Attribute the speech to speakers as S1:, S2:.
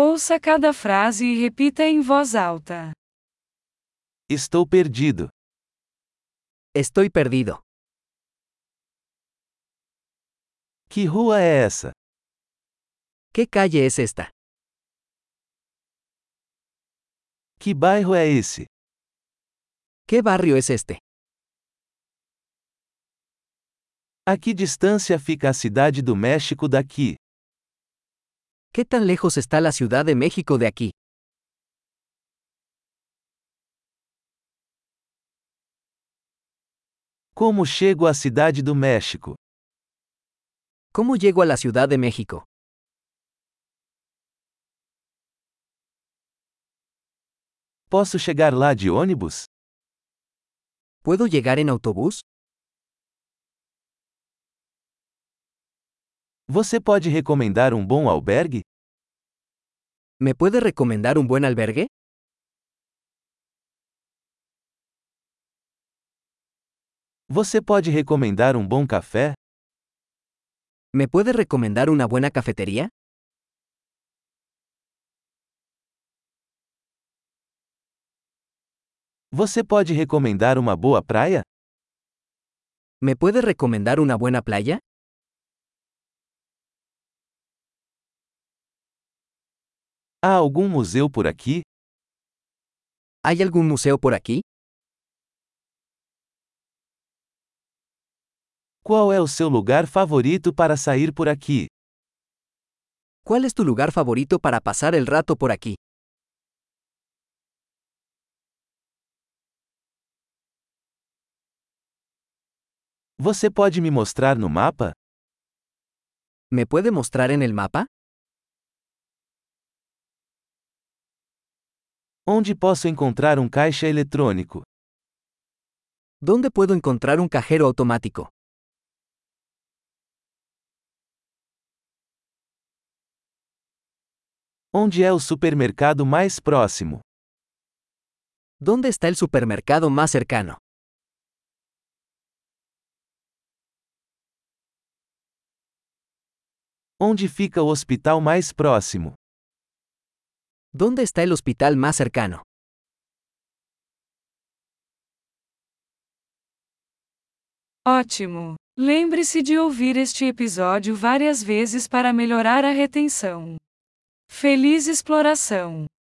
S1: Ouça cada frase e repita em voz alta.
S2: Estou perdido.
S3: Estoy perdido.
S2: Que rua é essa?
S3: ¿Qué calle es esta?
S2: Que bairro é esse?
S3: ¿Qué barrio es este?
S2: A que distância fica a cidade do México daqui?
S3: ¿Qué tan lejos está la Ciudad de México de aquí?
S2: Como chego à cidade do México?
S3: ¿Cómo llego a la Ciudad de México?
S2: Posso chegar lá de ônibus?
S3: ¿Puedo llegar en autobús?
S2: Você pode recomendar um bom albergue?
S3: ¿Me puede recomendar un buen albergue?
S2: Você pode recomendar um bom café?
S3: ¿Me puede recomendar una buena cafetería?
S2: Você pode recomendar uma boa praia?
S3: ¿Me puede recomendar una buena playa?
S2: Há algum museu por aqui?
S3: ¿Hay algún museo por aquí?
S2: Qual é o seu lugar favorito para sair por aqui?
S3: ¿Cuál es tu lugar favorito para pasar el rato por aquí?
S2: Você pode me mostrar no mapa?
S3: ¿Me puede mostrar en el mapa?
S2: Onde posso encontrar um caixa eletrônico?
S3: ¿Dónde puedo encontrar un cajero automático?
S2: Onde é o supermercado mais próximo?
S3: ¿Dónde está el supermercado más cercano?
S2: Onde fica o hospital mais próximo?
S3: ¿Dónde está el hospital más cercano?
S1: Ótimo! Lembre-se de ouvir este episódio várias vezes para melhorar a retenção. Feliz exploração!